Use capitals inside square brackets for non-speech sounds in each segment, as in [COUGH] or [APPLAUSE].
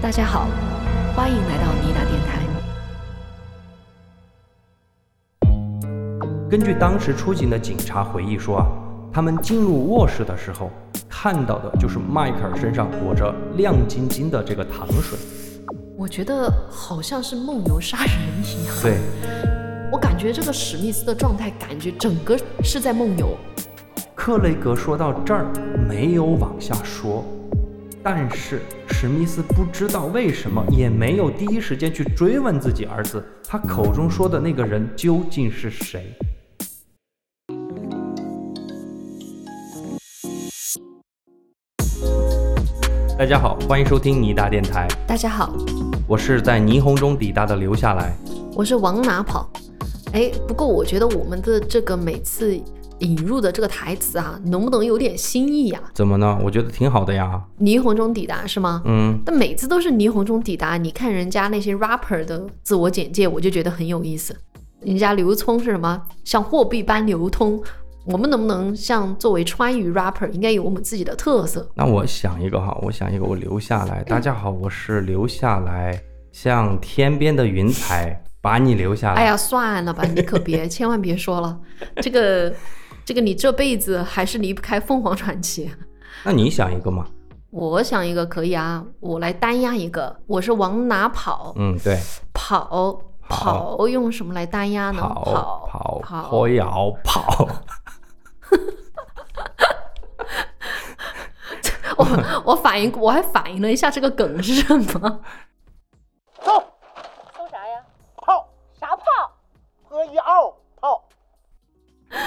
大家好，欢迎来到妮达电台。根据当时出警的警察回忆说啊，他们进入卧室的时候，看到的就是迈克尔身上裹着亮晶晶的这个糖水。我觉得好像是梦游杀人一样，对，我感觉这个史密斯的状态，感觉整个是在梦游。克雷格说到这儿没有往下说，但是史密斯不知道为什么，也没有第一时间去追问自己儿子，他口中说的那个人究竟是谁。大家好，欢迎收听尼达电台，大家好，我是在霓虹中抵达的留下来。我是往哪跑？哎，不过我觉得我们的这个每次引入的这个台词啊，能不能有点新意呀、怎么呢？我觉得挺好的呀。霓虹中抵达是吗？嗯，但每次都是霓虹中抵达，你看人家那些 rapper 的自我简介，我就觉得很有意思。人家流通是什么？像货币般流通。我们能不能像作为川渝 rapper，应该有我们自己的特色？那我想一个哈，我想一个，我留下嗯来。大家好，我是留下来，像天边的云彩，把你留下来。哎呀，算了吧，你可别，千万别说 [LAUGHS] 了。这个，这个，你这辈子还是离不开凤凰传奇。那你想一个嘛？我想一个可以啊，我来单押一个。我是往哪跑？嗯，对，跑跑跑用什么来单押呢？嗯跑跑跑摇跑， [LAUGHS] 我我反应，我还反应了一下这个梗是什么。搜，搜啥呀？炮，啥炮？喝一奥炮。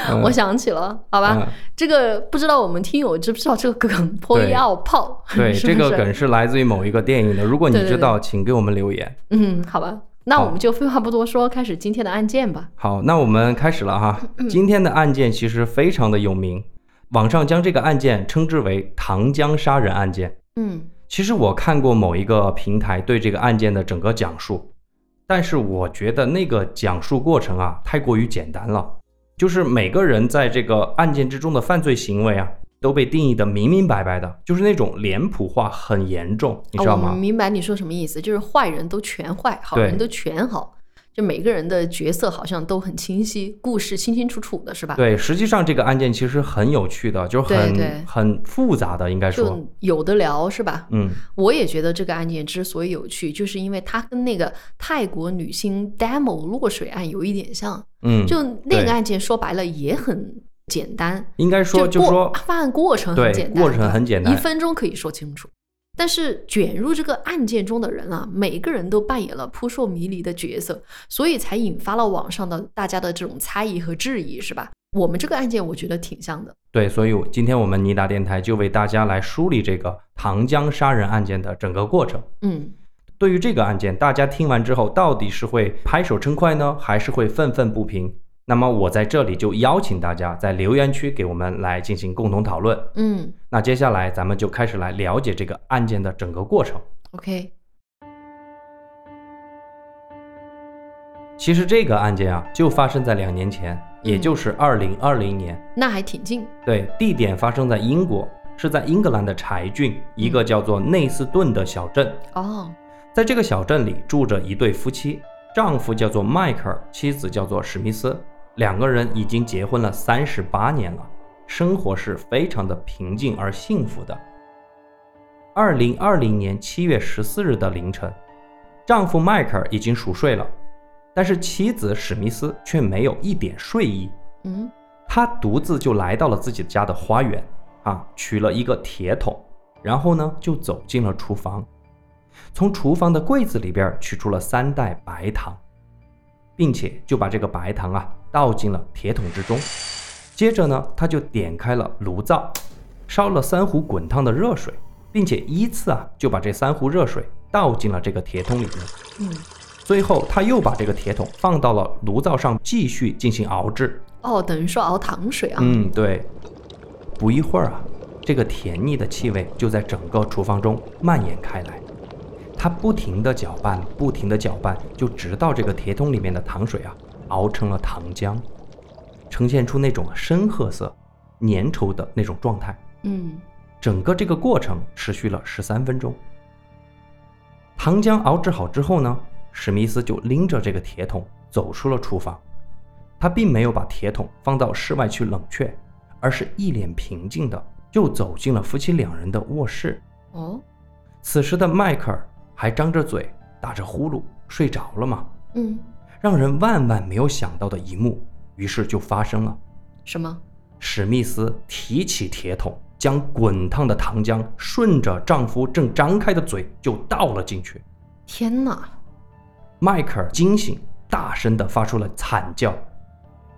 嗯 [LAUGHS] 我想起了，好吧，嗯这个不知道我们听友知不知道这个梗“破一奥炮”？ [LAUGHS] 对，是这不个是梗是来自于某一个电影的。如果你对对知道，请给我们留言。嗯，好吧，那好我们就废话不多说，开始今天的案件吧。好，那我们开始了哈。嗯今天的案件其实非常的有名，网上将这个案件称之为“糖浆杀人案件”。嗯其实我看过某一个平台对这个案件的整个讲述，但是我觉得那个讲述过程啊太过于简单了，就是每个人在这个案件之中的犯罪行为啊都被定义的明明白白的，就是那种脸谱化很严重，你知道哦我吗？明白你说什么意思，就是坏人都全坏，好对人都全好，就每个人的角色好像都很清晰，故事清清楚楚的，是吧？，对，实际上这个案件其实很有趣的，就是很对对很复杂的，应该说，就有的聊，是吧？嗯，我也觉得这个案件之所以有趣，就是因为它跟那个泰国女星 Demo 落水案有一点像。嗯，就那对个案件说白了也很简单，应该说就过说犯案过程对很简单的，过程很简单一分钟可以说清楚。但是卷入这个案件中的人啊，每个人都扮演了扑朔迷离的角色，所以才引发了网上的大家的这种猜疑和质疑，是吧？我们这个案件我觉得挺像的，对，所以我今天我们尼达电台就为大家来梳理这个糖浆杀人案件的整个过程。嗯，对于这个案件，大家听完之后到底是会拍手称快呢，还是会愤愤不平？那么我在这里就邀请大家在留言区给我们来进行共同讨论。嗯那接下来咱们就开始来了解这个案件的整个过程。 ，OK，其实这个案件啊，就发生在两年前，也就是二零二零年。那还挺近，对，地点发生在英国，是在英格兰的柴郡一个叫做内斯顿的小镇。哦，在这个小镇里住着一对夫妻，丈夫叫做迈克尔，妻子叫做史密斯，两个人已经结婚了三十八年了，生活是非常的平静而幸福的。二零二零年七月十四日的凌晨，丈夫迈克尔已经熟睡了，但是妻子史密斯却没有一点睡意，嗯，她独自就来到了自己家的花园，啊，取了一个铁桶，然后呢就走进了厨房，从厨房的柜子里边取出了三袋白糖，并且就把这个白糖啊倒进了铁桶之中。接着呢，她就点开了炉灶，烧了三壶滚烫的热水，并且依次啊就把这三壶热水倒进了这个铁桶里面。嗯，最后，她又把这个铁桶放到了炉灶上继续进行熬制。哦，等于说熬糖水啊，嗯，对。不一会儿啊，这个甜腻的气味就在整个厨房中蔓延开来。他不停地搅拌，不停地搅拌，就直到这个铁桶里面的糖水啊，熬成了糖浆，呈现出那种深褐色、粘稠的那种状态。嗯整个这个过程持续了十三分钟。糖浆熬制好之后呢，史密斯就拎着这个铁桶走出了厨房。他并没有把铁桶放到室外去冷却，而是一脸平静的就走进了夫妻两人的卧室。哦，此时的迈克尔还张着嘴打着呼噜睡着了嘛？嗯，让人万万没有想到的一幕，于是就发生了。什么？史密斯提起铁桶，将滚烫的糖浆顺着丈夫正张开的嘴就倒了进去。天哪！迈克尔惊醒，大声地发出了惨叫，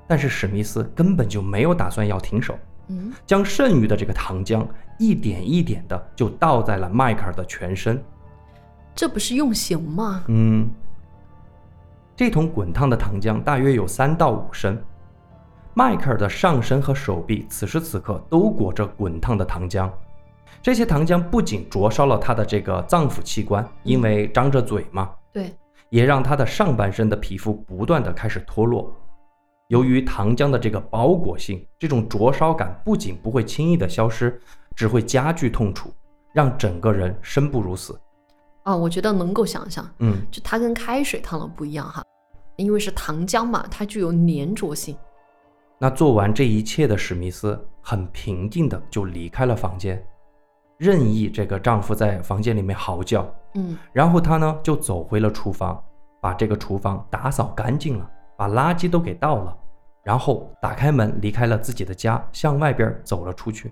但是史密斯根本就没有打算要停手，嗯，将剩余的这个糖浆一点一点的就倒在了迈克尔的全身。这不是用刑吗？嗯，这桶滚烫的糖浆大约有三到五升。迈克尔的上身和手臂此时此刻都裹着滚烫的糖浆，这些糖浆不仅灼烧了她的这个脏腑器官，因为张着嘴嘛，对，也让她的上半身的皮肤不断的开始脱落。由于糖浆的这个包裹性，这种灼烧感不仅不会轻易的消失，只会加剧痛楚，让整个人生不如死。啊，我觉得能够想象，嗯，就它跟开水烫了不一样哈，因为是糖浆嘛，它具有粘着性。那做完这一切的史密斯很平静的就离开了房间，任意这个丈夫在房间里面嚎叫。嗯，然后她呢就走回了厨房，把这个厨房打扫干净了，把垃圾都给倒了，然后打开门离开了自己的家，向外边走了出去。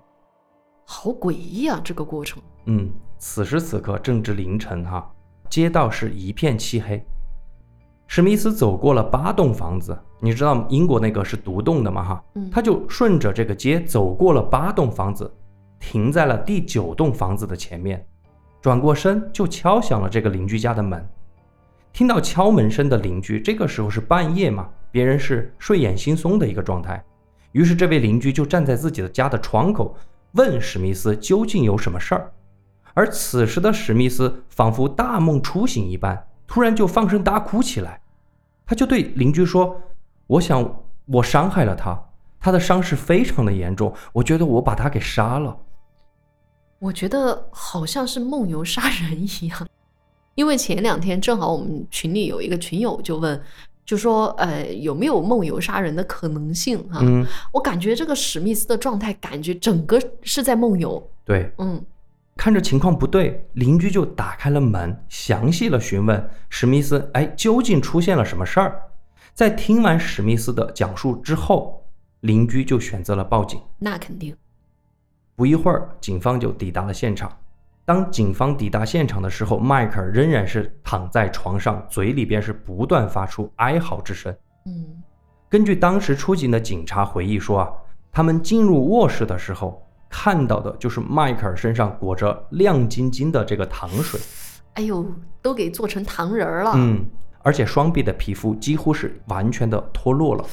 好诡异啊，这个过程。嗯，此时此刻正值凌晨哈、街道是一片漆黑。史密斯走过了八栋房子，你知道英国那个是独栋的嘛哈，嗯他就顺着这个街走过了八栋房子，停在了第九栋房子的前面，转过身就敲响了这个邻居家的门。听到敲门声的邻居，这个时候是半夜嘛，别人是睡眼惺忪的一个状态。于是这位邻居就站在自己的家的窗口，问史密斯究竟有什么事儿。而此时的史密斯仿佛大梦初醒一般，突然就放声大哭起来。他就对邻居说：“我想我伤害了他，他的伤势非常的严重，我觉得我把他给杀了。我觉得好像是梦游杀人一样，因为前两天正好我们群里有一个群友就问，就说呃有没有梦游杀人的可能性啊？嗯，我感觉这个史密斯的状态，感觉整个是在梦游。对，嗯，看着情况不对，邻居就打开了门，详细的询问史密斯：“哎，究竟出现了什么事儿？”在听完史密斯的讲述之后，邻居就选择了报警。那肯定。不一会儿，警方就抵达了现场。当警方抵达现场的时候，迈克尔仍然是躺在床上，嘴里边是不断发出哀嚎之声。嗯，根据当时出警的警察回忆说啊，他们进入卧室的时候看到的就是迈克尔身上裹着亮晶晶的这个糖水，哎呦，都给做成糖人儿了。嗯，而且双臂的皮肤几乎是完全的脱落了。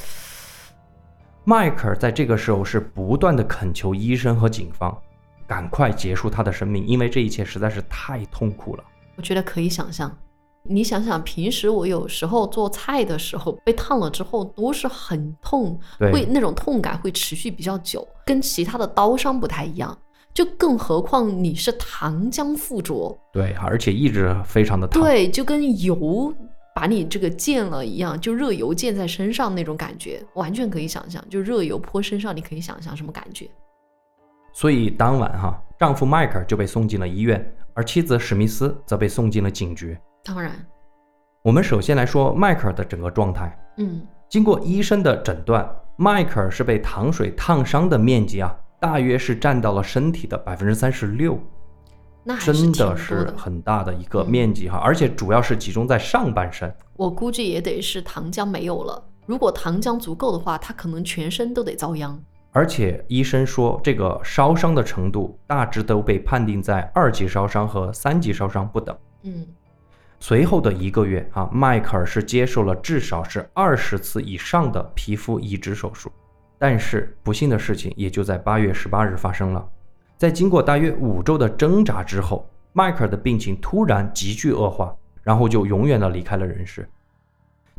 迈克尔在这个时候是不断的恳求医生和警方赶快结束他的生命，因为这一切实在是太痛苦了。我觉得可以想象。你想想，平时我有时候做菜的时候被烫了之后，都是很痛，对会那种痛感会持续比较久，跟其他的刀伤不太一样。就更何况你是糖浆附着，对，而且一直非常的疼。对，就跟油把你这个溅了一样，就热油溅在身上那种感觉，完全可以想象。就热油泼身上，你可以想象什么感觉？所以当晚哈、丈夫迈克尔就被送进了医院，而妻子史密斯则被送进了警局。当然，我们首先来说迈克尔的整个状态。嗯，经过医生的诊断，迈克尔是被糖水烫伤的面积啊，大约是占到了身体的百分之三十六，那还真挺多的的是很大的一个嗯面积哈、而且主要是集中在上半身。我估计也得是糖浆没有了。如果糖浆足够的话，他可能全身都得遭殃。而且医生说，这个烧伤的程度大致都被判定在二级烧伤和三级烧伤不等。嗯，随后的一个月啊，迈克尔是接受了至少是二十次以上的皮肤移植手术，但是不幸的事情也就在八月十八日发生了。在经过大约五周的挣扎之后，迈克尔的病情突然急剧恶化，然后就永远的离开了人世。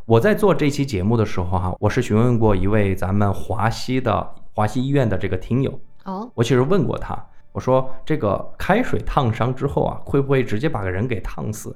我在做这期节目的时候哈、我是询问过一位咱们华西的华西医院的这个听友，哦，我其实问过他，我说这个开水烫伤之后啊，会不会直接把个人给烫死？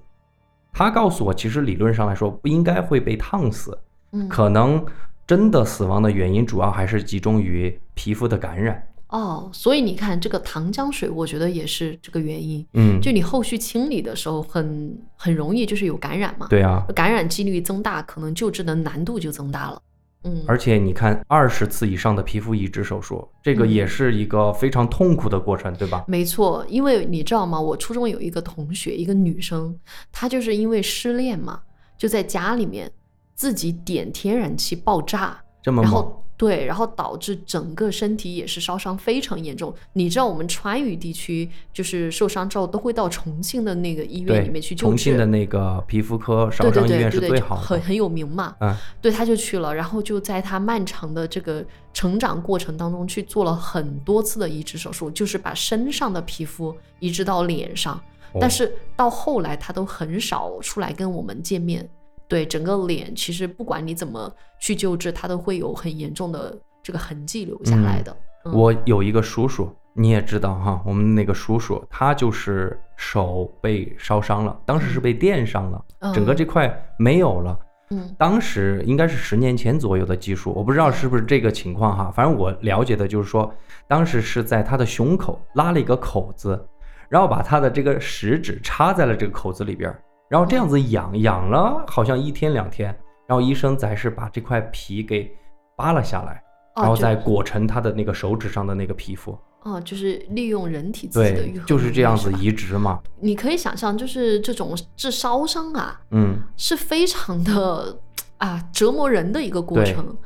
他告诉我，其实理论上来说不应该会被烫死，嗯，可能真的死亡的原因主要还是集中于皮肤的感染。哦，所以你看这个糖浆水，我觉得也是这个原因。嗯，就你后续清理的时候很，很容易就是有感染嘛，对啊，感染几率增大，可能救治的难度就增大了。嗯，而且你看，二十次以上的皮肤移植手术，这个嗯也是一个非常痛苦的过程，对吧？没错，因为你知道吗？我初中有一个同学，一个女生，她就是因为失恋嘛，就在家里面自己点天然气爆炸，这么然猛，后对，然后导致整个身体也是烧伤非常严重。你知道我们川渝地区就是受伤之后都会到重庆的那个医院里对面去，救重庆治的。那个皮肤科对烧对伤医对院是对对，最就好很的。很有名嘛。嗯，对，他就去了，然后就在他漫长的这个成长过程当中，去做了很多次的移植手术，就是把身上的皮肤移植到脸上，哦但是到后来他都很少出来跟我们见面。对，整个脸其实不管你怎么去救治，它都会有很严重的这个痕迹留下来的。嗯我有一个叔叔，你也知道哈，我们那个叔叔他就是手被烧伤了，当时是被电伤了，嗯整个这块没有了。嗯当时应该是十年前左右的技术，我不知道是不是这个情况哈。反正我了解的就是说，当时是在他的胸口拉了一个口子，然后把他的这个食指插在了这个口子里边儿，然后这样子痒痒了，好像一天两天，然后医生才是把这块皮给扒了下来，哦然后就再裹成他的那个手指上的那个皮肤。哦，就是利用人体自己的对愈合，就是这样子吧移植嘛。你可以想象，就是这种治烧伤啊，嗯，是非常的啊折磨人的一个过对程。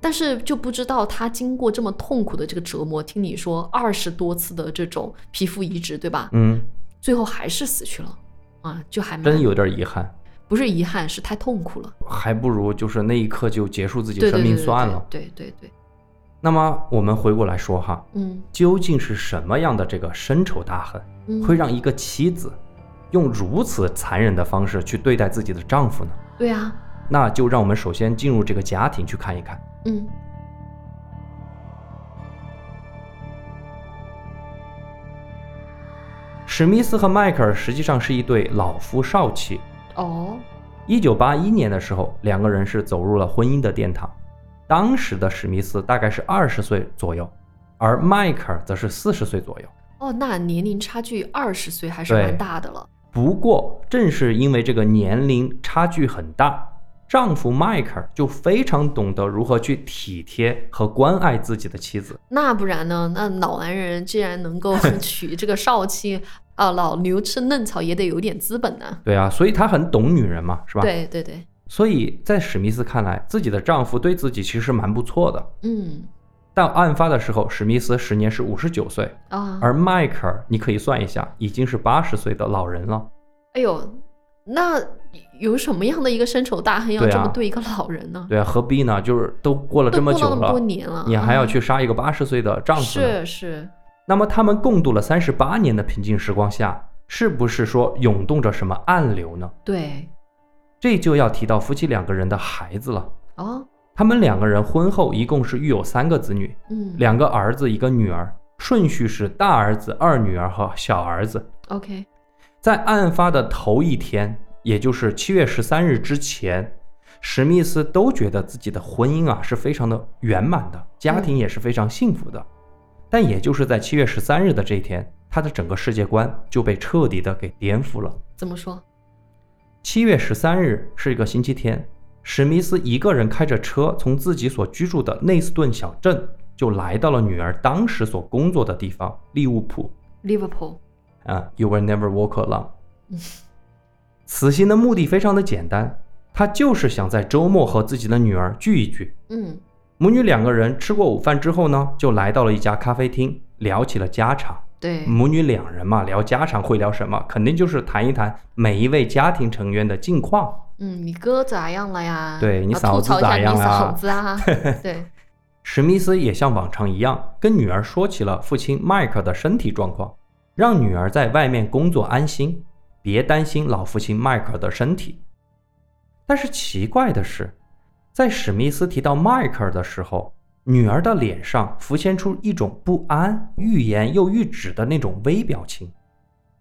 但是就不知道他经过这么痛苦的这个折磨，听你说二十多次的这种皮肤移植，对吧？嗯，最后还是死去了，啊，就还蛮真有点遗憾，不是遗憾，是太痛苦了。还不如就是那一刻就结束自己对生对命对对算了。对对对，那么我们回过来说哈，嗯，究竟是什么样的这个深仇大恨，嗯会让一个妻子用如此残忍的方式去对待自己的丈夫呢？对啊，那就让我们首先进入这个家庭去看一看。嗯史密斯和迈克尔实际上是一对老夫少妻。哦，一九八一年的时候，两个人是走入了婚姻的殿堂。当时的史密斯大概是二十岁左右，而迈克尔则是四十岁左右。哦，那年龄差距二十岁还是对蛮大的了。不过，正是因为这个年龄差距很大，丈夫迈克尔就非常懂得如何去体贴和关爱自己的妻子。那不然呢？那老男人既然能够 [LAUGHS] 娶这个少妻啊，老牛吃嫩草也得有点资本呢、对啊，所以她很懂女人嘛，是吧？。对对对，所以在史密斯看来，自己的丈夫对自己其实蛮不错的。嗯但案发的时候，史密斯时年是五十九岁，啊，而迈克尔，你可以算一下，已经是八十岁的老人了。哎呦，那有什么样的一个深仇大恨要对啊这么对一个老人呢？对啊，何必呢？就是 [LAUGHS] 都过了都这么过了久那么了多，年了，你还要去啊杀一个八十岁的丈夫呢？是是，那么他们共度了三十八年的平静时光下，是不是说涌动着什么暗流呢？对这就要提到夫妻两个人的孩子了。哦，他们两个人婚后一共是育有三个子女，嗯，两个儿子一个女儿，顺序是大儿子、二女儿和小儿子。 OK，在案发的头一天，也就是七月十三日之前，史密斯都觉得自己的婚姻啊是非常的圆满的，家庭也是非常幸福的。但也就是在七月十三日的这一天，他的整个世界观就被彻底的给颠覆了。怎么说？七月十三日是一个星期天，史密斯一个人开着车从自己所居住的内斯顿小镇就来到了女儿当时所工作的地方利物浦。 Liverpool，啊、y o u will never walk alone。此行的目的非常的简单，他就是想在周末和自己的女儿聚一聚。嗯母女两个人吃过午饭之后呢，就来到了一家咖啡厅，聊起了家常。对，母女两人嘛，聊家常会聊什么？肯定就是谈一谈每一位家庭成员的近况。嗯，你哥咋样了呀？对你啊嫂吐子槽一咋下样你啊嫂子 [LAUGHS] 啊，对，史密斯也像往常一样跟女儿说起了父亲迈克的身体状况，让女儿在外面工作安心，别担心老父亲迈克的身体。但是奇怪的是，在史密斯提到迈克的时候，女儿的脸上浮现出一种不安、欲言又欲止的那种微表情，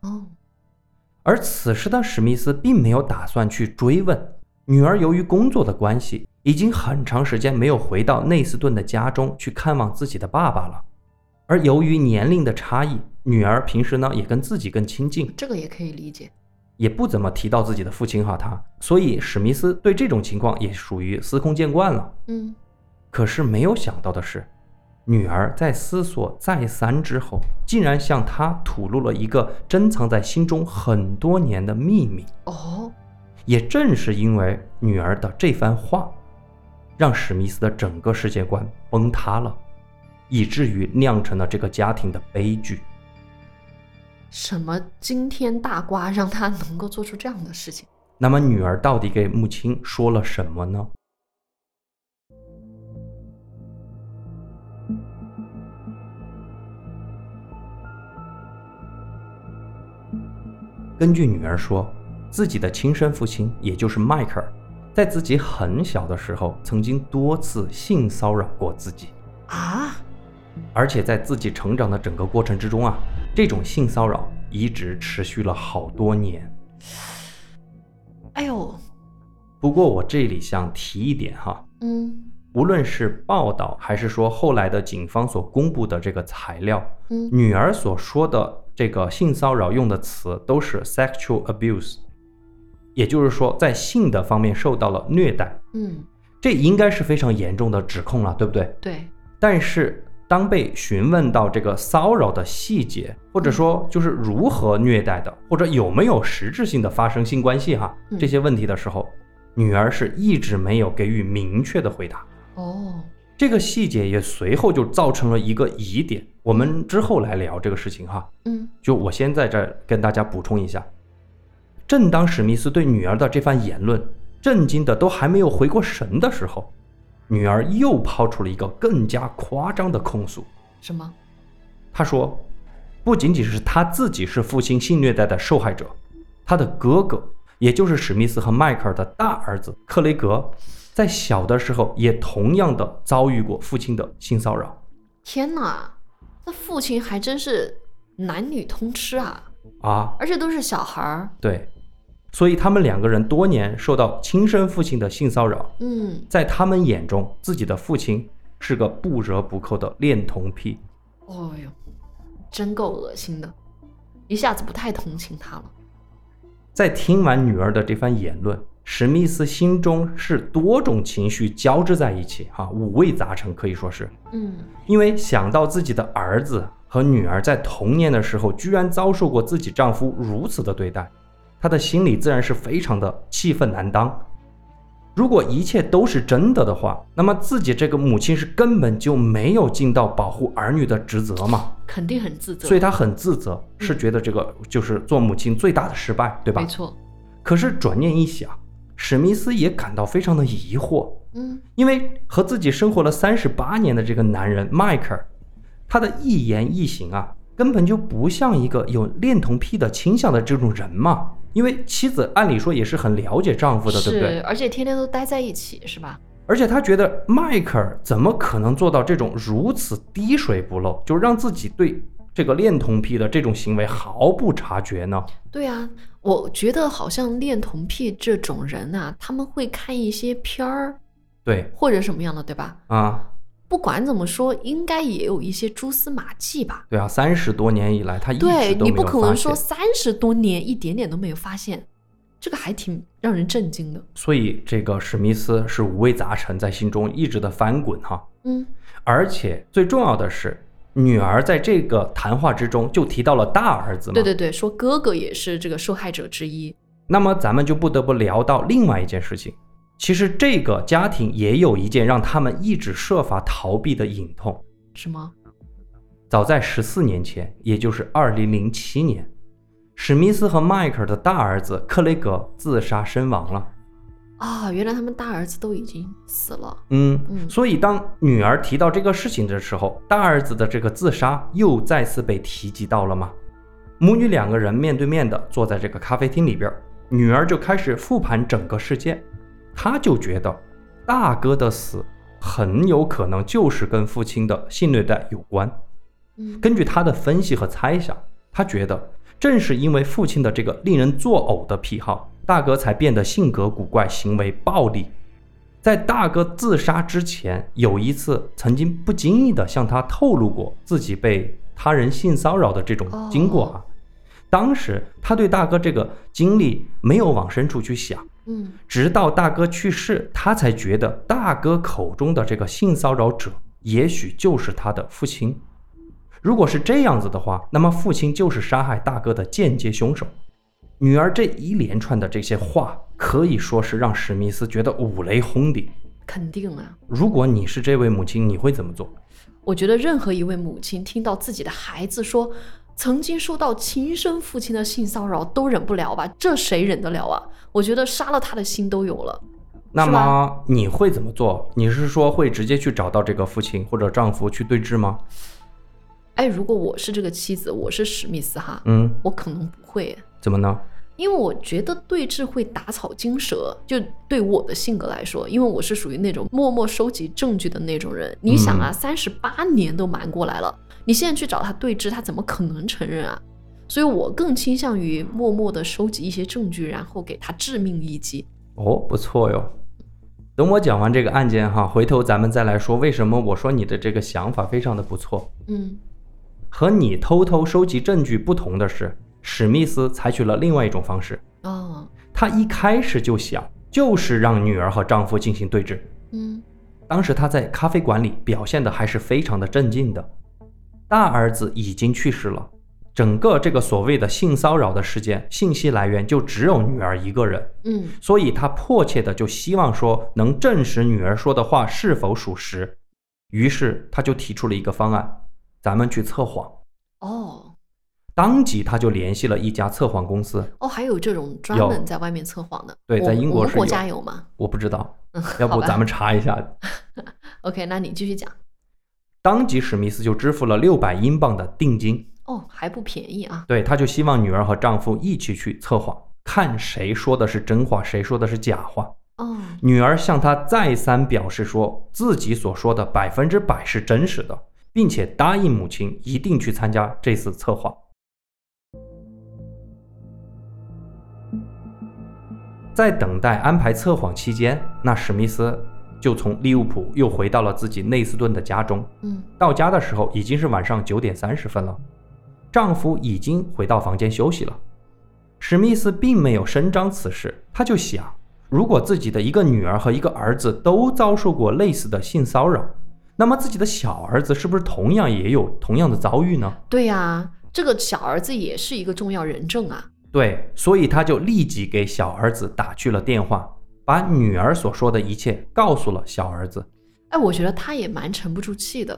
哦，而此时的史密斯并没有打算去追问。女儿由于工作的关系，已经很长时间没有回到内斯顿的家中去看望自己的爸爸了。而由于年龄的差异，女儿平时呢也跟自己更亲近，这个也可以理解。也不怎么提到自己的父亲哈他，所以史密斯对这种情况也属于司空见惯了。嗯，可是没有想到的是，女儿在思索再三之后，竟然向他吐露了一个珍藏在心中很多年的秘密。哦，也正是因为女儿的这番话，让史密斯的整个世界观崩塌了，以至于酿成了这个家庭的悲剧。什么惊天大瓜让他能够做出这样的事情？那么，女儿到底给母亲说了什么呢？根据女儿说，自己的亲生父亲，也就是迈克尔，在自己很小的时候，曾经多次性骚扰过自己。啊，而且在自己成长的整个过程之中啊，这种性骚扰一直持续了好多年。哎呦，不过我这里想提一点哈，嗯无论是报道还是说后来的警方所公布的这个材料，嗯，女儿所说的这个性骚扰用的词都是 sexual abuse，也就是说在性的方面受到了虐待，嗯，这应该是非常严重的指控了，对不对？对，但是当被询问到这个骚扰的细节，或者说就是如何虐待的，或者有没有实质性的发生性关系哈嗯这些问题的时候，女儿是一直没有给予明确的回答。哦，这个细节也随后就造成了一个疑点，我们之后来聊这个事情哈。嗯就我先在这儿跟大家补充一下，正当史密斯对女儿的这番言论震惊的都还没有回过神的时候，女儿又抛出了一个更加夸张的控诉。什么？她说，不仅仅是她自己是父亲性虐待的受害者，她的哥哥，也就是史密斯和迈克尔的大儿子克雷格，在小的时候也同样的遭遇过父亲的性骚扰。天哪，那父亲还真是男女通吃啊，啊，而且都是小孩儿。对，所以他们两个人多年受到亲生父亲的性骚扰，嗯，在他们眼中，自己的父亲是个不折不扣的恋童癖。哦呦，真够恶心的，一下子不太同情他了。在听完女儿的这番言论，史密斯心中是多种情绪交织在一起，哈、五味杂陈，可以说是。嗯，因为想到自己的儿子和女儿在童年的时候居然遭受过自己丈夫如此的对待，她的心里自然是非常的气愤难当。如果一切都是真的的话，那么自己这个母亲是根本就没有尽到保护儿女的职责嘛，肯定很自责，所以她很自责，是觉得这个就是做母亲最大的失败，对吧没？错。可是转念一想，史密斯也感到非常的疑惑，嗯，因为和自己生活了三十八年的这个男人迈克尔，他的一言一行啊，根本就不像一个有恋童癖的倾向的这种人嘛。因为妻子按理说也是很了解丈夫的，对不对是，？而且天天都待在一起，是吧？而且他觉得迈克尔怎么可能做到这种如此滴水不漏，就让自己对这个恋童癖的这种行为毫不察觉呢？对啊，我觉得好像恋童癖这种人啊，他们会看一些片儿对或者什么样的，对吧？啊，不管怎么说，应该也有一些蛛丝马迹吧。对啊，三十多年以来他一直都没对有你不可发能现说三十多年一点点都没有发现，这个还挺让人震惊的。所以这个史密斯是五味杂陈，在心中一直的翻滚哈。嗯，而且最重要的是，女儿在这个谈话之中就提到了大儿子嘛。对对。对，说哥哥也是这个受害者之一。那么咱们就不得不聊到另外一件事情，其实这个家庭也有一件让他们一直设法逃避的隐痛。什么？早在十四年前，也就是二零零七年，史密斯和迈克尔的大儿子克雷格自杀身亡了。啊、原来他们大儿子都已经死了。嗯，嗯所以当女儿提到这个事情的时候，大儿子的这个自杀又再次被提及到了吗？母女两个人面对面的坐在这个咖啡厅里边儿，女儿就开始复盘整个事件，她就觉得大哥的死很有可能就是跟父亲的性虐待有关。嗯根据她的分析和猜想，她觉得正是因为父亲的这个令人作呕的癖好，大哥才变得性格古怪，行为暴力。在大哥自杀之前，有一次曾经不经意地向他透露过自己被他人性骚扰的这种经过啊。当时他对大哥这个经历没有往深处去想，嗯，直到大哥去世，他才觉得大哥口中的这个性骚扰者，也许就是他的父亲。如果是这样子的话，那么父亲就是杀害大哥的间接凶手。女儿这一连串的这些话，可以说是让史密斯觉得五雷轰顶。肯定啊。如果你是这位母亲，你会怎么做？我觉得任何一位母亲听到自己的孩子说曾经受到亲生父亲的性骚扰，都忍不了吧？这谁忍得了啊？我觉得杀了他的心都有了。那是么吧你会怎么做？你是说会直接去找到这个父亲或者丈夫去对峙吗？哎，如果我是这个妻子，我是史密斯哈，嗯，我可能不会，怎么呢？因为我觉得对峙会打草惊蛇。就对我的性格来说，因为我是属于那种默默收集证据的那种嗯人。你想啊，三十八年都瞒过来了，你现在去找他对峙，他怎么可能承认啊？所以我更倾向于默默的收集一些证据，然后给他致命一击。哦，不错哟。等我讲完这个案件哈，回头咱们再来说为什么我说你的这个想法非常的不错。嗯，和你偷偷收集证据不同的是，史密斯采取了另外一种方式，哦，他一开始就想就是让女儿和丈夫进行对峙。嗯，当时他在咖啡馆里表现的还是非常的镇静的。大儿子已经去世了，整个这个所谓的性骚扰的事件信息来源就只有女儿一个人，嗯，所以他迫切的就希望说能证实女儿说的话是否属实。于是他就提出了一个方案，咱们去测谎。哦，当即他就联系了一家测谎公司，哦，还有这种专有门在外面测谎的，对我在英国我是们有国家有吗？我不知道，嗯，要好不吧咱们查一下。 OK，那你继续讲。当即史密斯就支付了六百英镑的定金，哦，还不便宜啊。对，他就希望女儿和丈夫一起去测谎，看谁说的是真话，谁说的是假话。哦，女儿向他再三表示说自己所说的百分之百是真实的，并且答应母亲一定去参加这次策划。在等待安排测谎期间，那史密斯就从利物浦又回到了自己内斯顿的家中。嗯，到家的时候已经是晚上九点三十分了，丈夫已经回到房间休息了。史密斯并没有声张此事，他就想，如果自己的一个女儿和一个儿子都遭受过类似的性骚扰，那么自己的小儿子是不是同样也有同样的遭遇呢？对呀、这个小儿子也是一个重要人证啊。对，所以他就立即给小儿子打去了电话，把女儿所说的一切告诉了小儿子。哎，我觉得他也蛮沉不住气的，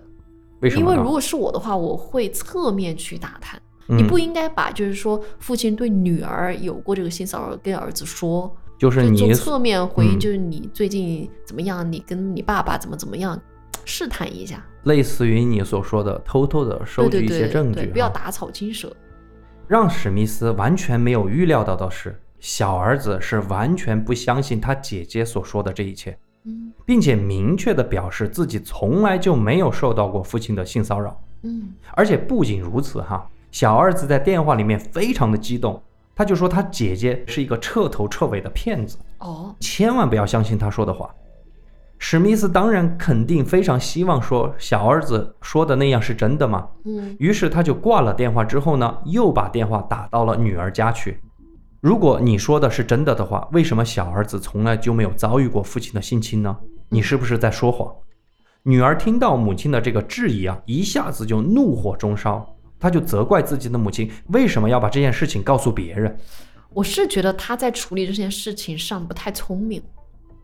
为什因么为呢？如果是我的话，我会侧面去打探。嗯你不应该把就是说父亲对女儿有过这个性骚扰跟儿子说，就是就你从侧面回应，嗯就是你最近怎么样，你跟你爸爸怎么怎么样，试探一下，类似于你所说的偷偷的收对集对一些对证据对，啊，不要打草惊蛇。让史密斯完全没有预料到的是，小儿子是完全不相信他姐姐所说的这一切，嗯并且明确地表示自己从来就没有受到过父亲的性骚扰。嗯，而且不仅如此哈，小儿子在电话里面非常的激动，他就说他姐姐是一个彻头彻尾的骗子，哦，千万不要相信他说的话。史密斯当然肯定非常希望说小儿子说的那样是真的嘛，嗯于是他就挂了电话之后呢，又把电话打到了女儿家去。如果你说的是真的的话，为什么小儿子从来就没有遭遇过父亲的性侵呢？你是不是在说谎？女儿听到母亲的这个质疑啊，一下子就怒火中烧，她就责怪自己的母亲为什么要把这件事情告诉别人。我是觉得他在处理这件事情上不太聪明，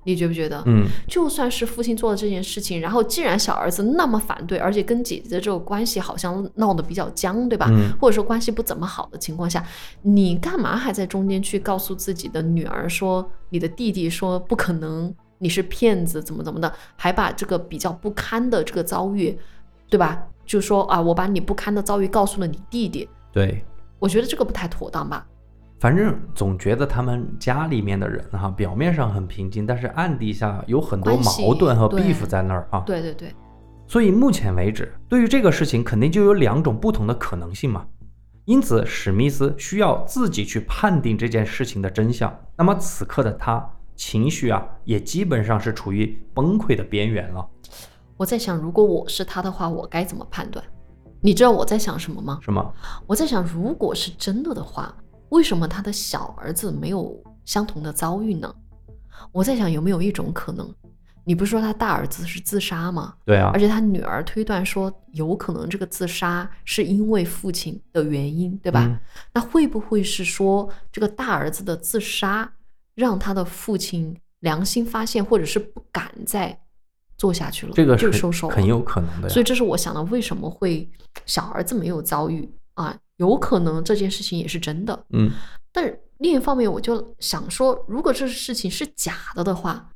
你觉不觉得？嗯，就算是父亲做了这件事情，然后既然小儿子那么反对，而且跟姐姐的这个关系好像闹得比较僵，对吧？嗯或者说关系不怎么好的情况下，你干嘛还在中间去告诉自己的女儿说你的弟弟说不可能，你是骗子，怎么怎么的，还把这个比较不堪的这个遭遇，对吧？就说啊，我把你不堪的遭遇告诉了你弟弟，对，我觉得这个不太妥当吧？反正总觉得他们家里面的人哈、表面上很平静，但是暗地下有很多关系矛盾和对 beef 在那儿啊。对对对，所以目前为止，对于这个事情，肯定就有两种不同的可能性嘛。因此，史密斯需要自己去判定这件事情的真相。那么，此刻的他情绪啊，也基本上是处于崩溃的边缘了，我在想，如果我是他的话，我该怎么判断？你知道我在想什么吗？是吗？我在想，如果是真的的话，为什么他的小儿子没有相同的遭遇呢？我在想，有没有一种可能，你不是说他大儿子是自杀吗？对啊而，且他女儿推断说，有可能这个自杀是因为父亲的原因，对对吧？那会不会是说，这个大儿子的自杀让他的父亲良心发现，或者是不敢再做下去了？这个就是收手了很有可能的呀。所以这是我想到为什么会小儿子没有遭遇啊，有可能这件事情也是真的。嗯，但是另一方面，我就想说，如果这事情是假的的话，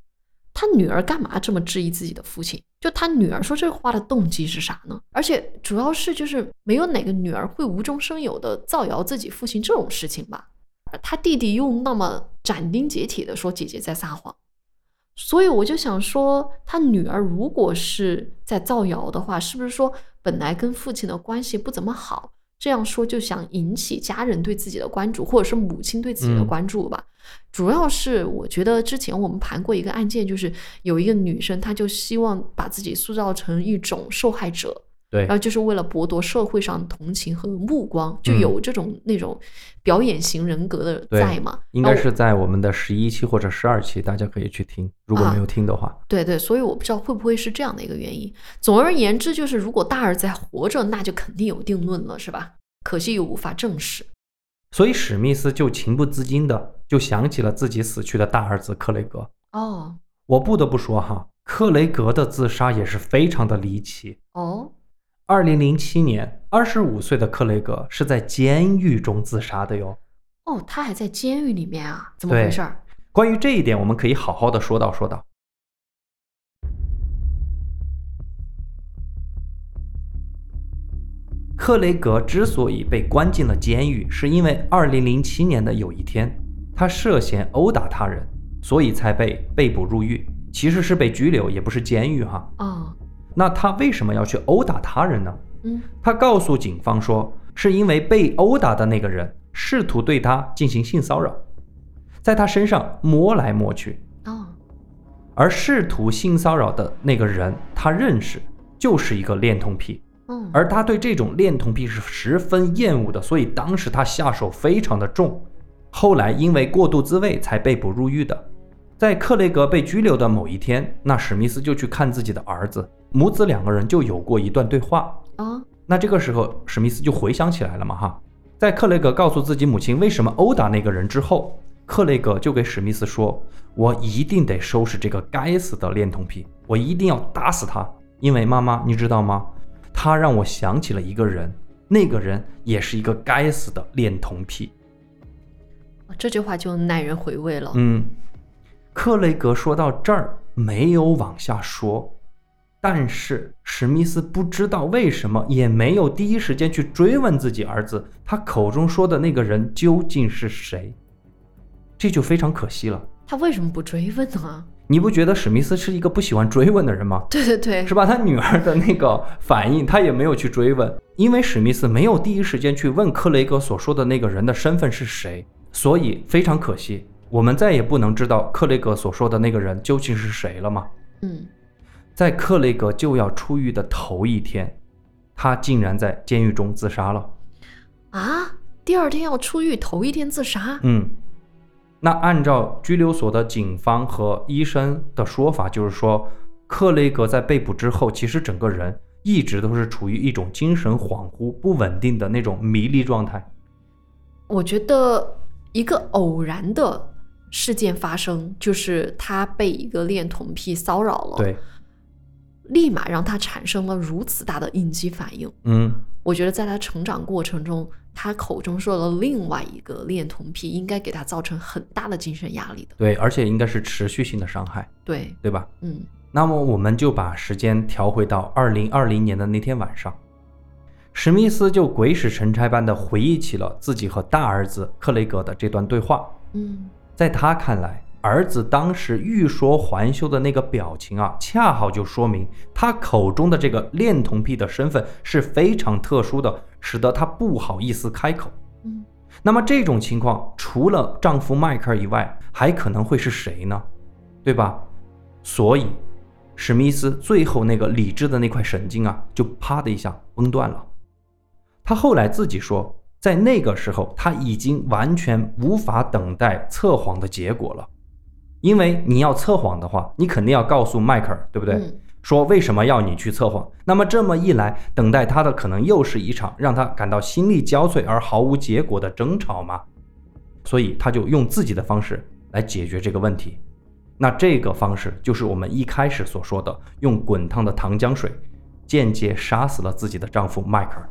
他女儿干嘛这么质疑自己的父亲？就他女儿说这话的动机是啥呢？而且主要是就是没有哪个女儿会无中生有的造谣自己父亲这种事情吧。他弟弟又那么斩钉截铁的说姐姐在撒谎，所以我就想说，他女儿如果是在造谣的话，是不是说本来跟父亲的关系不怎么好，这样说就想引起家人对自己的关注，或者是母亲对自己的嗯关注吧？主要是我觉得之前我们盘过一个案件，就是有一个女生，她就希望把自己塑造成一种受害者，对然后，呃就是为了博得社会上同情和目光，就嗯有这种那种表演型人格的对在嘛？应然该后是在我们的十一期或者十二期，大家可以去听。如果啊没有听的话，对对，所以我不知道会不会是这样的一个原因。总而言之，就是如果大儿子还活着，那就肯定有定论了，是吧？可惜又无法证实。所以史密斯就情不自禁的就想起了自己死去的大儿子克雷格。哦我不得不说哈，克雷格的自杀也是非常的离奇。哦，二零零七年，二十五岁的克雷格是在监狱中自杀的哟。哦，他还在监狱里面啊？怎么回对事儿？关于这一点，我们可以好好的说道说道。克雷格之所以被关进了监狱，是因为2007年的有一天，他涉嫌殴打他人，所以才被被捕入狱。其实是被拘留，也不是监狱哈。哦，那他为什么要去殴打他人呢？嗯，他告诉警方说，是因为被殴打的那个人试图对他进行性骚扰，在他身上摸来摸去，哦，而试图性骚扰的那个人，他认识就是一个恋童癖，嗯，而他对这种恋童癖是十分厌恶的，所以当时他下手非常的重。后来因为过度自慰才被捕入狱的。在克雷格被拘留的某一天，那史密斯就去看自己的儿子，母子两个人就有过一段对话。哦，那这个时候，史密斯就回想起来了嘛，哈，在克雷格告诉自己母亲为什么殴打那个人之后，克雷格就给史密斯说：“我一定得收拾这个该死的恋童癖，我一定要打死他，因为妈妈，你知道吗？他让我想起了一个人，那个人也是一个该死的恋童癖。”这句话就耐人回味了。嗯，克雷格说到这儿没有往下说，但是史密斯不知道为什么也没有第一时间去追问自己儿子他口中说的那个人究竟是谁，这就非常可惜了。他为什么不追问呢？ [LAUGHS] 你不觉得史密斯是一个不喜欢追问的人吗？对对对，是吧？他女儿的那个反应，他也没有去追问，因为史密斯没有第一时间去问克雷格所说的那个人的身份是谁，所以非常可惜，我们再也不能知道克雷格所说的那个人究竟是谁了嘛。嗯，在克雷格就要出狱的头一天，他竟然在监狱中自杀了。啊，第二天要出狱，头一天自杀，嗯，那按照拘留所的警方和医生的说法，就是说，克雷格在被捕之后，其实整个人一直都是处于一种精神恍惚、不稳定的那种迷离状态。我觉得一个偶然的事件发生，就是他被一个恋童癖骚扰了，，对，立马让他产生了如此大的应激反应。嗯，我觉得在他成长过程中，他口中说了另外一个恋童癖，应该给他造成很大的精神压力的。对，而且应该是持续性的伤害，对，对吧？嗯，那么我们就把时间调回到二零二零年的那天晚上，史密斯就鬼使神差般的回忆起了自己和大儿子克雷格的这段对话。嗯，在他看来，儿子当时欲说还休的那个表情啊，恰好就说明他口中的这个恋童癖的身份是非常特殊的，使得他不好意思开口。嗯，那么这种情况，除了丈夫迈克尔以外，还可能会是谁呢？对吧？所以，史密斯最后那个理智的那块神经啊，就啪的一下崩断了。他后来自己说，在那个时候他已经完全无法等待测谎的结果了，因为你要测谎的话，你肯定要告诉迈克尔，对不对？嗯说为什么要你去测谎？那么这么一来，等待他的可能又是一场让他感到心力交瘁而毫无结果的争吵嘛。所以他就用自己的方式来解决这个问题。那这个方式就是我们一开始所说的，用滚烫的糖浆水间接杀死了自己的丈夫迈克尔。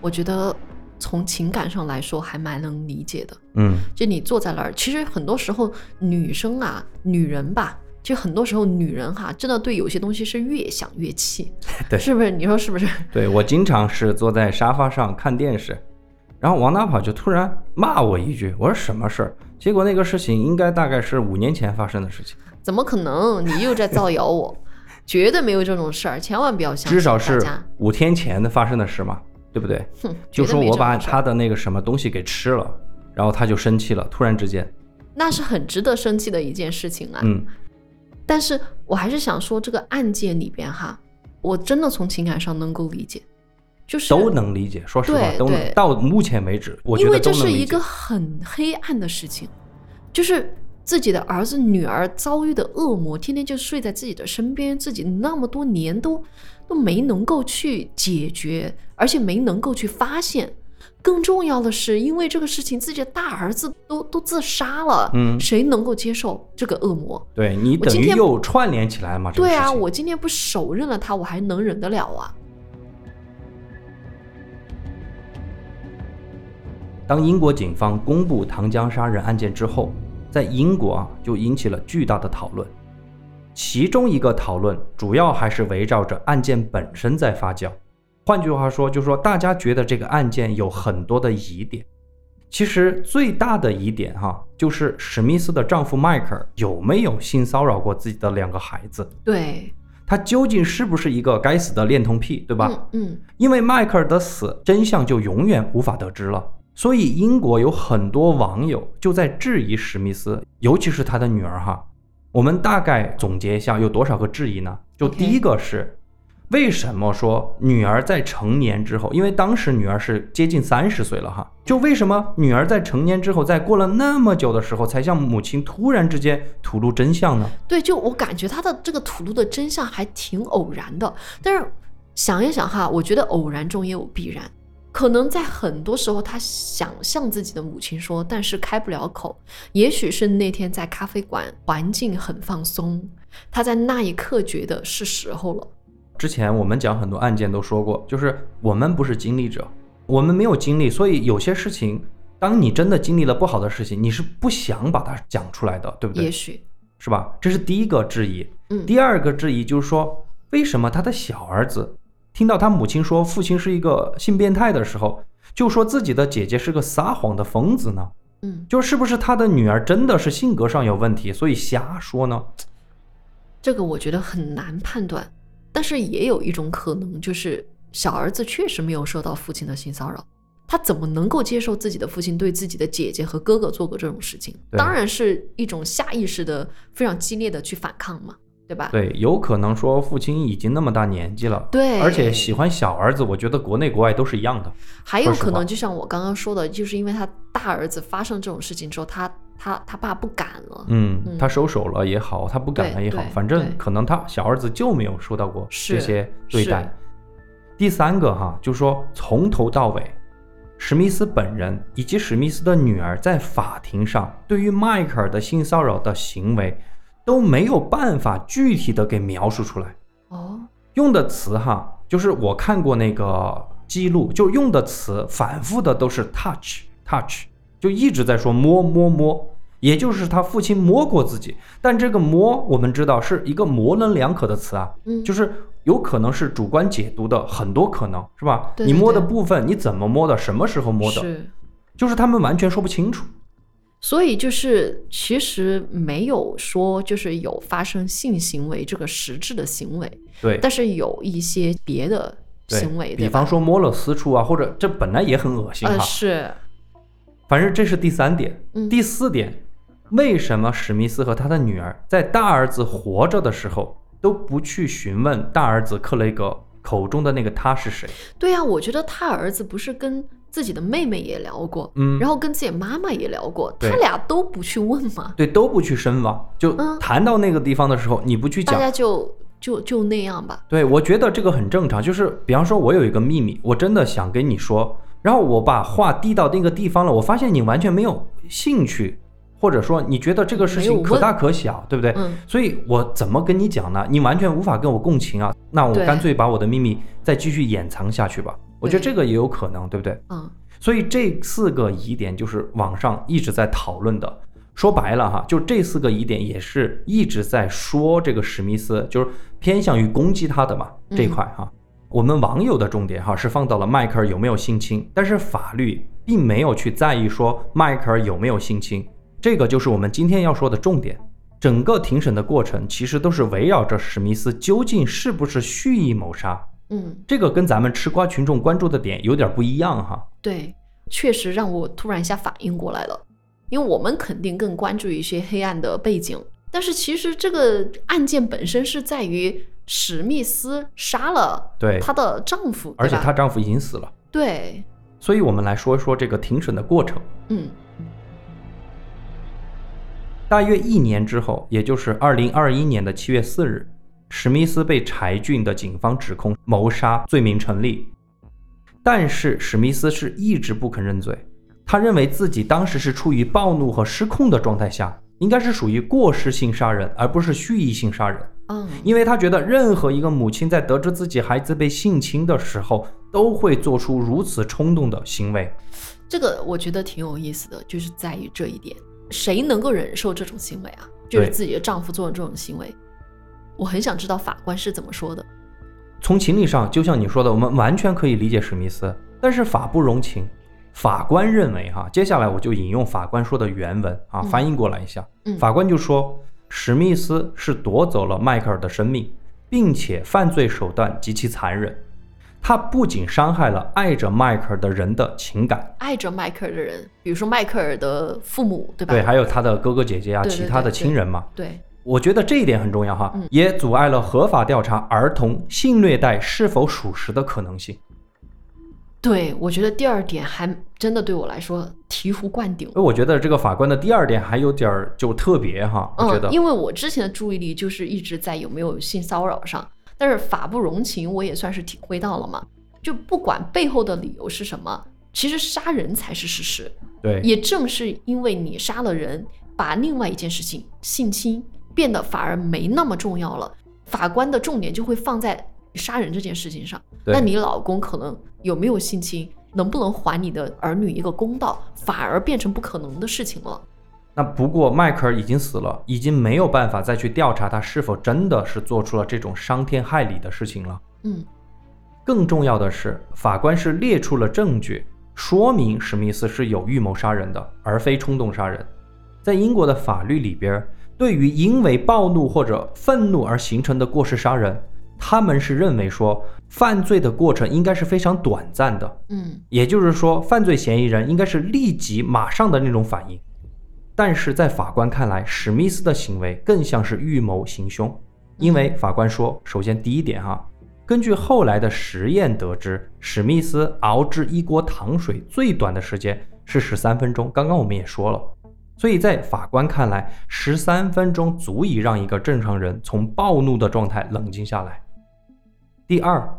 我觉得从情感上来说还蛮能理解的。嗯，就你坐在那儿，其实很多时候女生啊，女人吧，其实很多时候女人哈、真的对有些东西是越想越气 [LAUGHS] 对是不是？你说是不是？对我经常是坐在沙发上看电视，然后王大跑就突然骂我一句，我说什么事儿？结果那个事情应该大概是五年前发生的事情，怎么可能？你又在造谣我，绝对没有这种事儿，千万不要相信。至少是大家，五天前的发生的事嘛，对不对？哼，绝就对说没我这种把事儿他的那个什么东西给吃了，然后他就生气了，突然之间，那是很值得生气的一件事情啊。嗯但是我还是想说，这个案件里边哈，我真的从情感上能够理解，就是都能理解，说实话对都能对。到目前为止，我觉因得为这都能是理解。一个很黑暗的事情，就是自己的儿子、女儿遭遇的恶魔，天天就睡在自己的身边，自己那么多年都都没能够去解决，而且没能够去发现。更重要的是，因为这个事情，自己的大儿子都都自杀了，嗯谁能够接受这个恶魔？对你我等今于天又串联起来嘛？这个对啊，事情我今天不手刃了他，我还能忍得了啊？当英国警方公布糖浆杀人案件之后，在英国啊就引起了巨大的讨论。其中一个讨论主要还是围绕着案件本身在发酵。换句话说，就是说大家觉得这个案件有很多的疑点。其实最大的疑点哈、就是史密斯的丈夫迈克尔有没有性骚扰过自己的两个孩子？对，他究竟是不是一个该死的恋童癖，对吧？嗯嗯，因为迈克尔的死真相就永远无法得知了，所以英国有很多网友就在质疑史密斯，尤其是他的女儿哈。我们大概总结一下有多少个质疑呢？就 OK 第一个是为什么说女儿在成年之后，因为当时女儿是接近三十岁了哈，就为什么女儿在成年之后，在过了那么久的时候，才向母亲突然之间吐露真相呢？对，就我感觉他的这个吐露的真相还挺偶然的，但是想一想哈，我觉得偶然中也有必然。可能在很多时候，他想向自己的母亲说，但是开不了口。也许是那天在咖啡馆环境很放松，他在那一刻觉得是时候了。之前我们讲很多案件都说过，就是我们不是经历者，我们没有经历，所以有些事情，当你真的经历了不好的事情，你是不想把它讲出来的，对不也对？许，是吧？这是第一个质疑。嗯，第二个质疑就是说，为什么他的小儿子听到他母亲说父亲是一个性变态的时候，就说自己的姐姐是个撒谎的疯子呢？嗯，就是不是他的女儿真的是性格上有问题，所以瞎说呢？这个我觉得很难判断，但是也有一种可能，就是小儿子确实没有受到父亲的性骚扰，他怎么能够接受自己的父亲对自己的姐姐和哥哥做过这种事情？对当然是一种下意识的、非常激烈的去反抗嘛，对吧？对，有可能说父亲已经那么大年纪了，对而且喜欢小儿子，我觉得国内国外都是一样的。还有说实话可能，就像我刚刚说的，就是因为他大儿子发生这种事情之后，他他他爸不敢了，嗯，嗯他收手了也好，他不敢了也好对，对反正对可能他小儿子就没有受到过是这些对待是。第三个哈，就是说从头到尾，史密斯本人以及史密斯的女儿在法庭上对于迈克尔的性骚扰的行为都没有办法具体的给描述出来。哦，用的词哈，就是我看过那个记录，就用的词反复的都是 touch touch，就一直在说摸摸摸，也就是他父亲摸过自己，但这个摸我们知道是一个模棱两可的词啊，嗯，就是是有可能是主观解读的很多可能是吧？对你对摸的对部分，你怎么摸的，什么时候摸的，是，就是他们完全说不清楚。所以就是其实没有说就是有发生性行为这个实质的行为，对，但是有一些别的对行为，比对吧方说摸了私处啊，或者这本来也很恶心哈、呃是反正这是第三点。嗯第四点，为什么史密斯和他的女儿在大儿子活着的时候都不去询问大儿子克雷格口中的那个他是谁？对呀、我觉得他儿子不是跟自己的妹妹也聊过，嗯，然后跟自己妈妈也聊过，对他俩都不去问嘛，对都不去深挖，就嗯谈到那个地方的时候，你不去大讲。家就就就那样吧。对，我觉得这个很正常。就是比方说，我有一个秘密，我真的想跟你说，然后我把话递到那个地方了，我发现你完全没有兴趣，或者说你觉得这个事没有情可问大可小，对不对？嗯，所以我怎么跟你讲呢？你完全无法跟我共情啊！那我对干脆把我的秘密再继续掩藏下去吧。我觉得对这个也有可能，对不对？嗯，所以这四个疑点就是网上一直在讨论的。说白了哈，就这四个疑点也是一直在说这个史密斯，就是偏向于攻击他的嘛嗯这一块哈。我们网友的重点哈是放到了迈克尔有没有性侵，但是法律并没有去在意说迈克尔有没有性侵，这个就是我们今天要说的重点。整个庭审的过程其实都是围绕着史密斯究竟是不是蓄意谋杀，嗯，这个跟咱们吃瓜群众关注的点有点不一样哈。对，确实让我突然一下反应过来了，因为我们肯定更关注一些黑暗的背景，但是其实这个案件本身是在于史密斯杀了对，她的丈夫，而且对吧她丈夫已经死了，对，所以我们来说说这个庭审的过程。嗯大约一年之后，也就是二零二一年的七月四日，史密斯被柴郡的警方指控谋杀罪名成立，但是史密斯是一直不肯认罪。他认为自己当时是处于暴怒和失控的状态下，应该是属于过失性杀人，而不是蓄意性杀人。嗯，因为他觉得任何一个母亲在得知自己孩子被性侵的时候，都会做出如此冲动的行为。这个我觉得挺有意思的，就是在于这一点，谁能够忍受这种行为啊？就是对自己的丈夫做的这种行为，我很想知道法官是怎么说的。从情理上，就像你说的，我们完全可以理解史密斯，但是法不容情。法官认为哈、接下来我就引用法官说的原文啊，嗯翻译过来一下。嗯法官就说，史密斯是夺走了迈克尔的生命，并且犯罪手段极其残忍。他不仅伤害了爱着迈克尔的人的情感，爱着迈克尔的人，比如说迈克尔的父母，对吧？对，还有他的哥哥姐姐啊，对对其他的对亲人嘛。对我觉得这一点很重要哈，嗯也阻碍了合法调查儿童性虐待是否属实的可能性。对我觉得第二点还真的对我来说醍醐灌顶。我觉得这个法官的第二点还有点儿就特别哈，我觉嗯得，因为我之前的注意力就是一直在有没有性骚扰上，但是法不容情，我也算是体会到了嘛。就不管背后的理由是什么，其实杀人才是事实。对也正是因为你杀了人，把另外一件事情性侵变得反而没那么重要了，法官的重点就会放在杀人这件事情上。对那你老公可能有没有性侵，能不能还你的儿女一个公道，反而变成不可能的事情了。那不过迈克尔已经死了，已经没有办法再去调查他是否真的是做出了这种伤天害理的事情了。嗯更重要的是，法官是列出了证据，说明史密斯是有预谋杀人的，而非冲动杀人。在英国的法律里边，对于因为暴怒或者愤怒而形成的过失杀人，他们是认为说犯罪的过程应该是非常短暂的，嗯，也就是说，犯罪嫌疑人应该是立即马上的那种反应。但是在法官看来，史密斯的行为更像是预谋行凶，因为法官说，首先第一点哈、根据后来的实验得知，史密斯熬制一锅糖水最短的时间是十三分钟，刚刚我们也说了。所以在法官看来，十三分钟足以让一个正常人从暴怒的状态冷静下来。第二，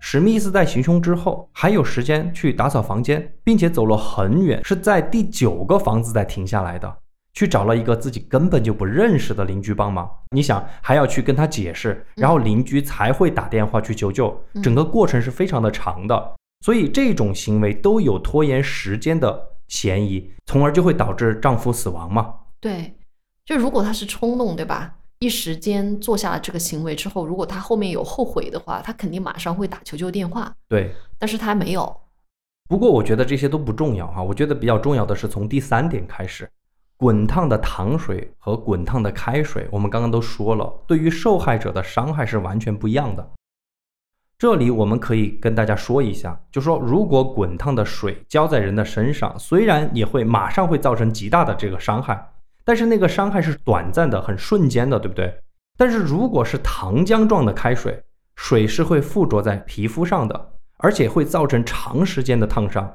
史密斯在行凶之后还有时间去打扫房间，并且走了很远，是在第九个房子才停下来的，去找了一个自己根本就不认识的邻居帮忙。你想，还要去跟他解释，然后邻居才会打电话去求救，嗯整个过程是非常的长的。所以这种行为都有拖延时间的嫌疑，从而就会导致丈夫死亡嘛。对，就如果他是冲动，对吧？一时间做下了这个行为之后，如果他后面有后悔的话，他肯定马上会打求救电话，对，但是他没有。不过我觉得这些都不重要哈、我觉得比较重要的是从第三点开始，滚烫的糖水和滚烫的开水，我们刚刚都说了，对于受害者的伤害是完全不一样的。这里我们可以跟大家说一下，就说如果滚烫的水浇在人的身上，虽然也会马上会造成极大的这个伤害，但是那个伤害是短暂的、很瞬间的，对不对？但是如果是糖浆状的开水，水是会附着在皮肤上的，而且会造成长时间的烫伤，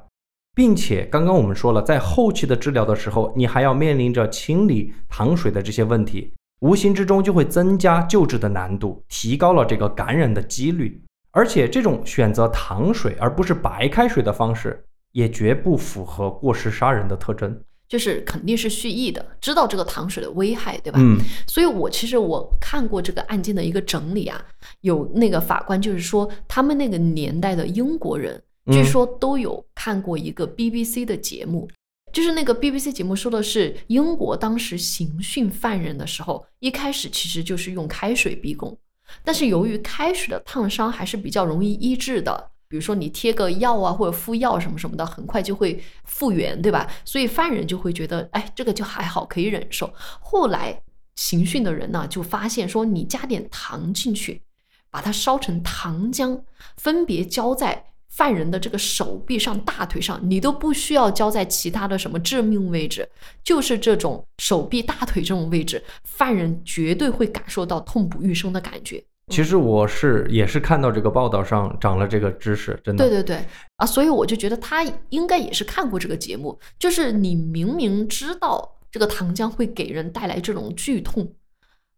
并且刚刚我们说了，在后期的治疗的时候，你还要面临着清理糖水的这些问题，无形之中就会增加救治的难度，提高了这个感染的几率。而且这种选择糖水而不是白开水的方式，也绝不符合过失杀人的特征。就是肯定是蓄意的，知道这个糖水的危害，对吧？嗯所以我其实我看过这个案件的一个整理啊，有那个法官就是说，他们那个年代的英国人，嗯据说都有看过一个 BBC 的节目，就是那个 BBC 节目说的是英国当时刑讯犯人的时候，一开始其实就是用开水逼供，但是由于开水的烫伤还是比较容易医治的。比如说你贴个药啊，或者敷药什么什么的，很快就会复原，对吧？所以犯人就会觉得，哎，这个就还好，可以忍受。后来刑讯的人呢、就发现说，你加点糖进去，把它烧成糖浆，分别浇在犯人的这个手臂上、大腿上，你都不需要浇在其他的什么致命位置，就是这种手臂、大腿这种位置，犯人绝对会感受到痛不欲生的感觉。其实我是也是看到这个报道上长了这个知识，真对的。对对啊，所以我就觉得他应该也是看过这个节目，就是你明明知道这个糖浆会给人带来这种剧痛，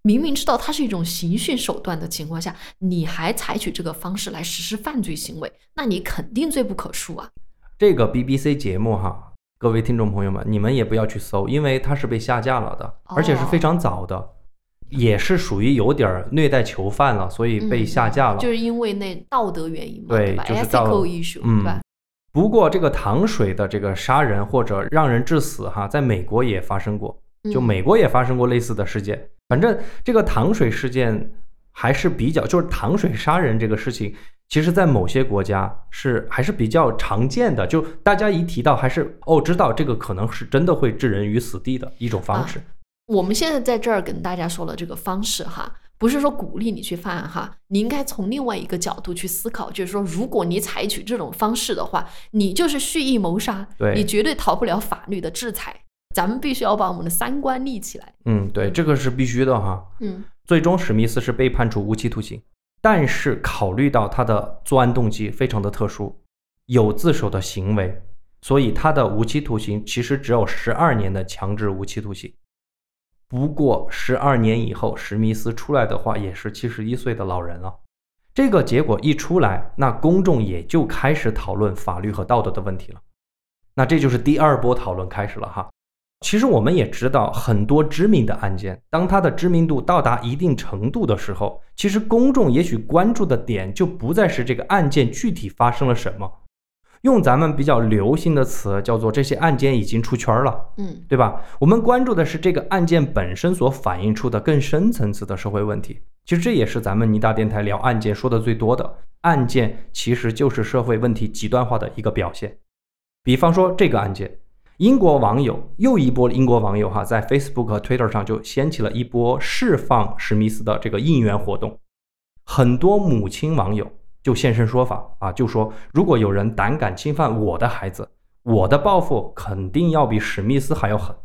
明明知道它是一种刑讯手段的情况下，你还采取这个方式来实施犯罪行为，那你肯定罪不可恕啊！这个 BBC 节目哈，各位听众朋友们，你们也不要去搜，因为它是被下架了的，而且是非常早的，也是属于有点儿虐待囚犯了，所以被下架了。嗯就是因为那道德原因嘛，对吧就是道？ethical issue，、嗯对吧？不过这个糖水的这个杀人或者让人致死哈，在美国也发生过，就嗯美国也发生过类似的事件。反正这个糖水事件还是比较，就是糖水杀人这个事情，其实在某些国家是还是比较常见的。就大家一提到，还是哦，知道这个可能是真的会置人于死地的一种方式。我们现在在这儿跟大家说了这个方式哈，不是说鼓励你去犯案哈，你应该从另外一个角度去思考，就是说，如果你采取这种方式的话，你就是蓄意谋杀，对你绝对逃不了法律的制裁。咱们必须要把我们的三观立起来。嗯，对，这个是必须的哈。嗯，最终，史密斯是被判处无期徒刑，但是考虑到他的作案动机非常的特殊，有自首的行为，所以他的无期徒刑其实只有十二年的强制无期徒刑。不过，十二年以后，史密斯出来的话也是七十一岁的老人了。这个结果一出来，那公众也就开始讨论法律和道德的问题了。那这就是第二波讨论开始了哈。其实我们也知道，很多知名的案件，当它的知名度到达一定程度的时候，其实公众也许关注的点就不再是这个案件具体发生了什么。用咱们比较流行的词叫做这些案件已经出圈了，嗯，对吧？我们关注的是这个案件本身所反映出的更深层次的社会问题。其实这也是咱们尼大电台聊案件说的最多的，案件其实就是社会问题极端化的一个表现。比方说这个案件，英国网友又一波英国网友哈，在 Facebook 和 Twitter 上就掀起了一波释放史密斯的这个应援活动，很多母亲网友就现身说法啊，就说如果有人胆敢侵犯我的孩子，我的报复肯定要比史密斯还要狠。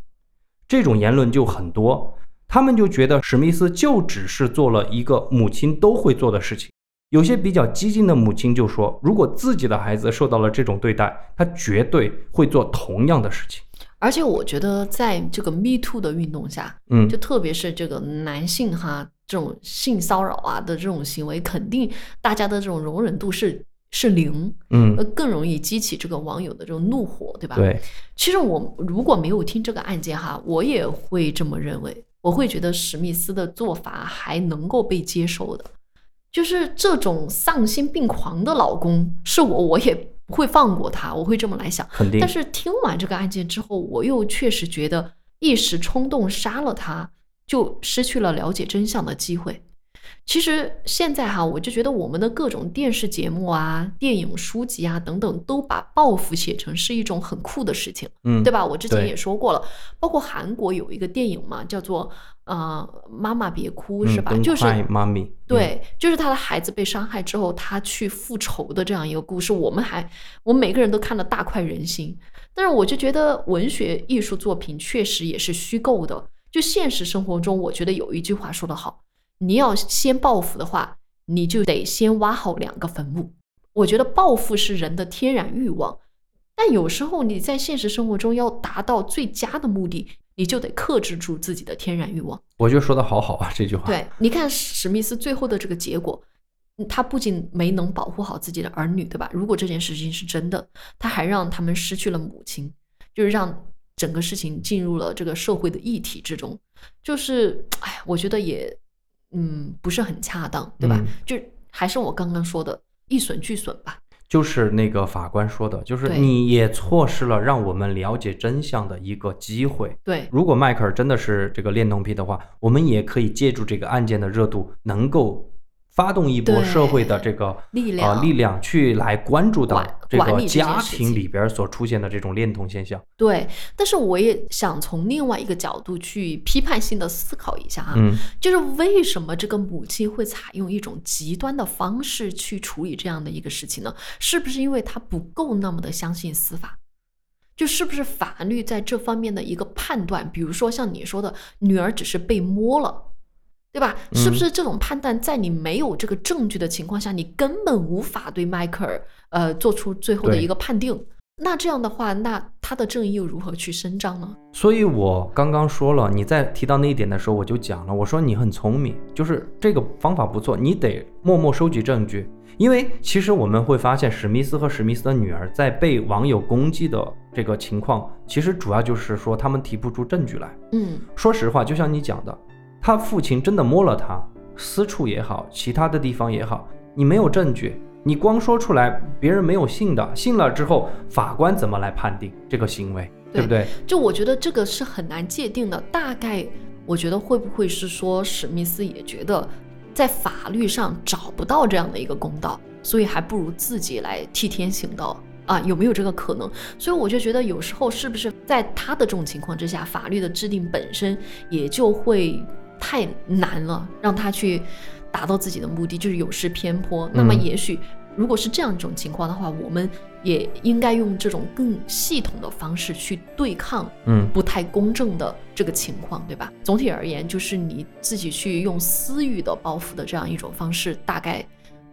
这种言论就很多，他们就觉得史密斯就只是做了一个母亲都会做的事情。有些比较激进的母亲就说，如果自己的孩子受到了这种对待，他绝对会做同样的事情。而且我觉得在这个 Me Too 的运动下，嗯就，特别是这个男性哈，这种性骚扰啊的这种行为，肯定大家的这种容忍度是是零，呃嗯，，更容易激起这个网友的这种怒火，对吧？。对，其实我如果没有听这个案件哈，我也会这么认为，我会觉得史密斯的做法还能够被接受的，就是这种丧心病狂的老公，是我我也不会放过他，我会这么来想。肯定。但是听完这个案件之后，我又确实觉得一时冲动杀了他，就失去了了解真相的机会。其实现在哈，我就觉得我们的各种电视节目啊、电影、书籍啊等等，都把报复写成是一种很酷的事情，嗯，对？吧？我之前对也说过了，包括韩国有一个电影嘛，叫做呃《妈妈别哭》，是嗯、吧？ don't 就是 cry, mommy，嗯，对，就是他的孩子被伤害之后，他去复仇的这样一个故事，我们还我们每个人都看得大快人心。但是我就觉得文学艺术作品确实也是虚构的。就现实生活中，我觉得有一句话说得好：你要先报复的话，你就得先挖好两个坟墓。我觉得报复是人的天然欲望，但有时候你在现实生活中要达到最佳的目的，你就得克制住自己的天然欲望。我觉得说的好好啊，这句话。，对，你看史密斯最后的这个结果，嗯他不仅没能保护好自己的儿女，对吧？如果这件事情是真的，他还让他们失去了母亲，就是让整个事情进入了这个社会的议题之中。就是，哎，我觉得也，嗯，不是很恰当，对吧？嗯就还是我刚刚说的，一损俱损吧。就是那个法官说的，就是对你也错失了让我们了解真相的一个机会。对，如果迈克尔真的是这个恋童癖的话，我们也可以借助这个案件的热度，能够发动一波对社会的这个力啊、量力量，去来关注到管这管个理这件家事庭情里边所出现的这种恋童现象。对。但是我也想从另外一个角度去批判性的思考一下啊。嗯就是为什么这个母亲会采用一种极端的方式去处理这样的一个事情呢？是不是因为她不够那么的相信司法？就是不是法律在这方面的一个判断？比如说像你说的，女儿只是被摸了。对吧？嗯是不是这种判断，在你没有这个证据的情况下，你根本无法对迈克尔呃做出最后的对一个判定？那这样的话，那他的正义又如何去伸张呢？所以我刚刚说了，你在提到那一点的时候，我就讲了，我说你很聪明，就是这个方法不错，你得默默收集证据，因为其实我们会发现，史密斯和史密斯的女儿在被网友攻击的这个情况，其实主要就是说他们提不出证据来。嗯，说实话，就像你讲的，他父亲真的摸了他，私处也好，其他的地方也好，你没有证据，你光说出来，别人没有信的，信了之后，法官怎么来判定这个行为，对不对？就我觉得这个是很难界定的。大概我觉得会不会是说史密斯也觉得在法律上找不到这样的一个公道，所以还不如自己来替天行道啊？有没有这个可能？所以我就觉得有时候是不是在他的这种情况之下，法律的制定本身也就会太难了，让他去达到自己的目的，就是有失偏颇。那么嗯也许。如果是这样一种情况的话，我们也应该用这种更系统的方式去对抗嗯。不太公正的这个情况，对吧？总体而言，就是你自己去用私欲的报复的这样一种方式，大概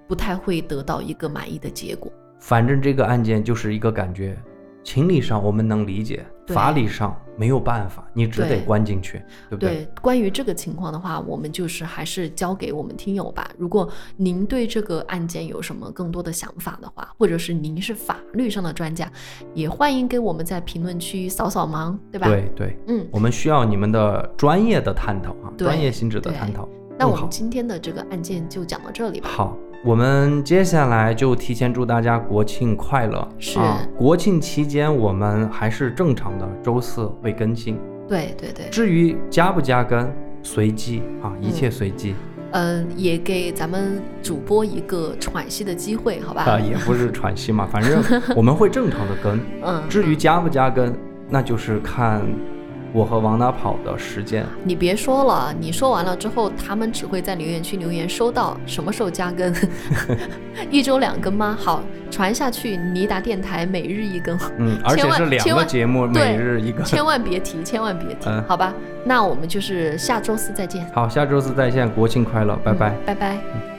不太会得到一个满意的结果。反正这个案件就是一个感觉，情理上我们能理解，对法理上没有办法，你只得对关进去，对不对？对，关于这个情况的话，我们就是还是交给我们听友吧。如果您对这个案件有什么更多的想法的话，或者是您是法律上的专家，也欢迎给我们在评论区扫扫盲，对吧？对对嗯，我们需要你们的专业的探讨啊，对专业性质的对探讨。那更我好们今天的这个案件就讲到这里吧。嗯好，我们接下来就提前祝大家国庆快乐。是啊，国庆期间我们还是正常的周四会更新，对对对，至于加不加更，随机啊，一切随机、嗯、也给咱们主播一个喘息的机会，好吧？啊，也不是 [LAUGHS] 喘息嘛，反正我们会正常的更。嗯，至于加不加更，那就是看我和王大跑的时间。你别说了，你说完了之后，他们只会在留言区留言收到什么时候加更， [LAUGHS] 一周两更吗？好，传下去，尼达电台每日一 [LAUGHS] 更，嗯，而且千万是两千个万节目，对每日一个。千万别提，千万别提，嗯好吧？那我们就是下周四再见，好，下周四再见，国庆快乐，拜拜。嗯拜拜。